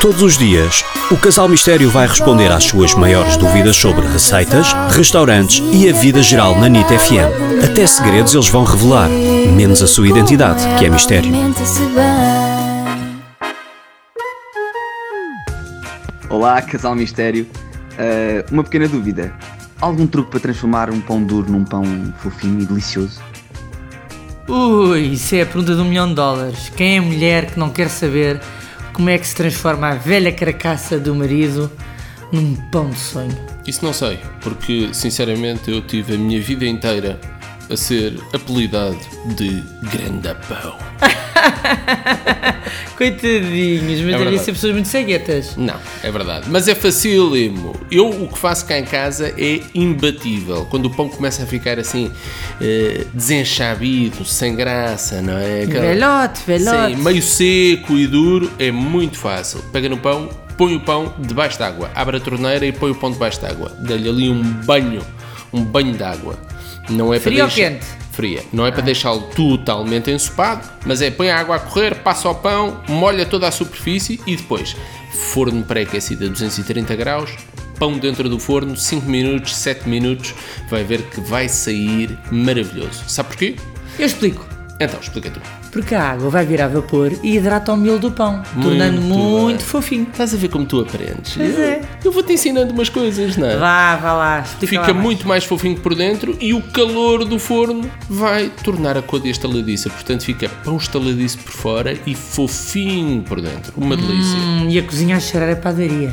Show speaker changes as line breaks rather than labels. Todos os dias, o Casal Mistério vai responder às suas maiores dúvidas sobre receitas, restaurantes e a vida geral na NIT FM. Até segredos eles vão revelar, menos a sua identidade, que é mistério.
Olá, Casal Mistério. Ah, uma pequena dúvida. Algum truque para transformar um pão duro num pão fofinho e delicioso?
Ui, isso é a pergunta de um milhão de dólares. Quem é mulher que não quer saber como é que se transforma a velha carcaça do marido num pão de sonho?
Isso não sei, porque sinceramente eu tive a minha vida inteira a ser apelidado de Grandapão.
Coitadinhos, mas devem
É verdade.
ser pessoas muito ceguetas.
Não, é verdade. Mas é facílimo. Eu o que faço cá em casa é imbatível. Quando o pão começa a ficar assim eh, desenchabido, sem graça, não é? Aquela-
Velhote, velhote.
Sim, meio seco e duro, é muito fácil. Pega no pão, põe o pão debaixo d'água. Abre a torneira e põe o pão debaixo d'água. Dá-lhe ali um banho, um banho d'água. Não é
Fria
para
ou
deixar...
quente? Ah.
Fria. Não é para deixá-lo totalmente ensopado, mas é põe a água a correr, passa ao pão, molha toda a superfície e depois forno pré-aquecido a 230 graus, pão dentro do forno, 5 minutos, 7 minutos, vai ver que vai sair maravilhoso. Sabe porquê?
Eu explico.
Então, explica tu.
Porque a água vai virar vapor e hidrata o miolo do pão, tornando
Muito
muito
bem.
fofinho.
Estás a ver como tu aprendes?
Pois
eu,
é.
eu vou-te ensinando umas coisas, não é?
Vá, vá lá, explica lá
Fica
mais.
muito mais fofinho por dentro e o calor do forno vai tornar a coisa estaladiça. Portanto, fica pão estaladiço por fora e fofinho por dentro. Uma delícia.
Hum, e a cozinha a cheirar a padaria.